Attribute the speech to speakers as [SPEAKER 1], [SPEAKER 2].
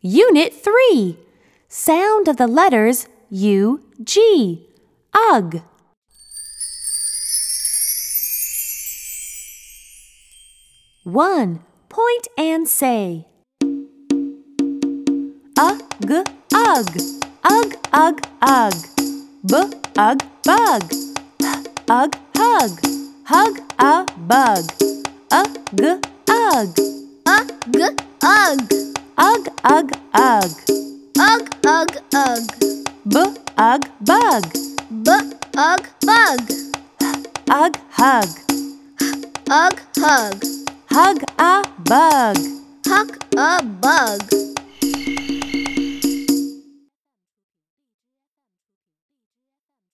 [SPEAKER 1] Unit 3 Sound of the letters U G. Ug. One. Point and say. Ug, ug. Ug, ug, ug. B, ug, bug. H, Ug, hug. Hug, a bug. Ug, ug.
[SPEAKER 2] Ugh, ugh,
[SPEAKER 1] Ug, ug, ug.
[SPEAKER 2] ugh, ugh, ugh.
[SPEAKER 1] B, ug, bug.
[SPEAKER 2] B, ugh, bug.
[SPEAKER 1] Ug, hug.
[SPEAKER 2] Ugh, hug.
[SPEAKER 1] Hug, a bug.
[SPEAKER 2] Huck, a bug.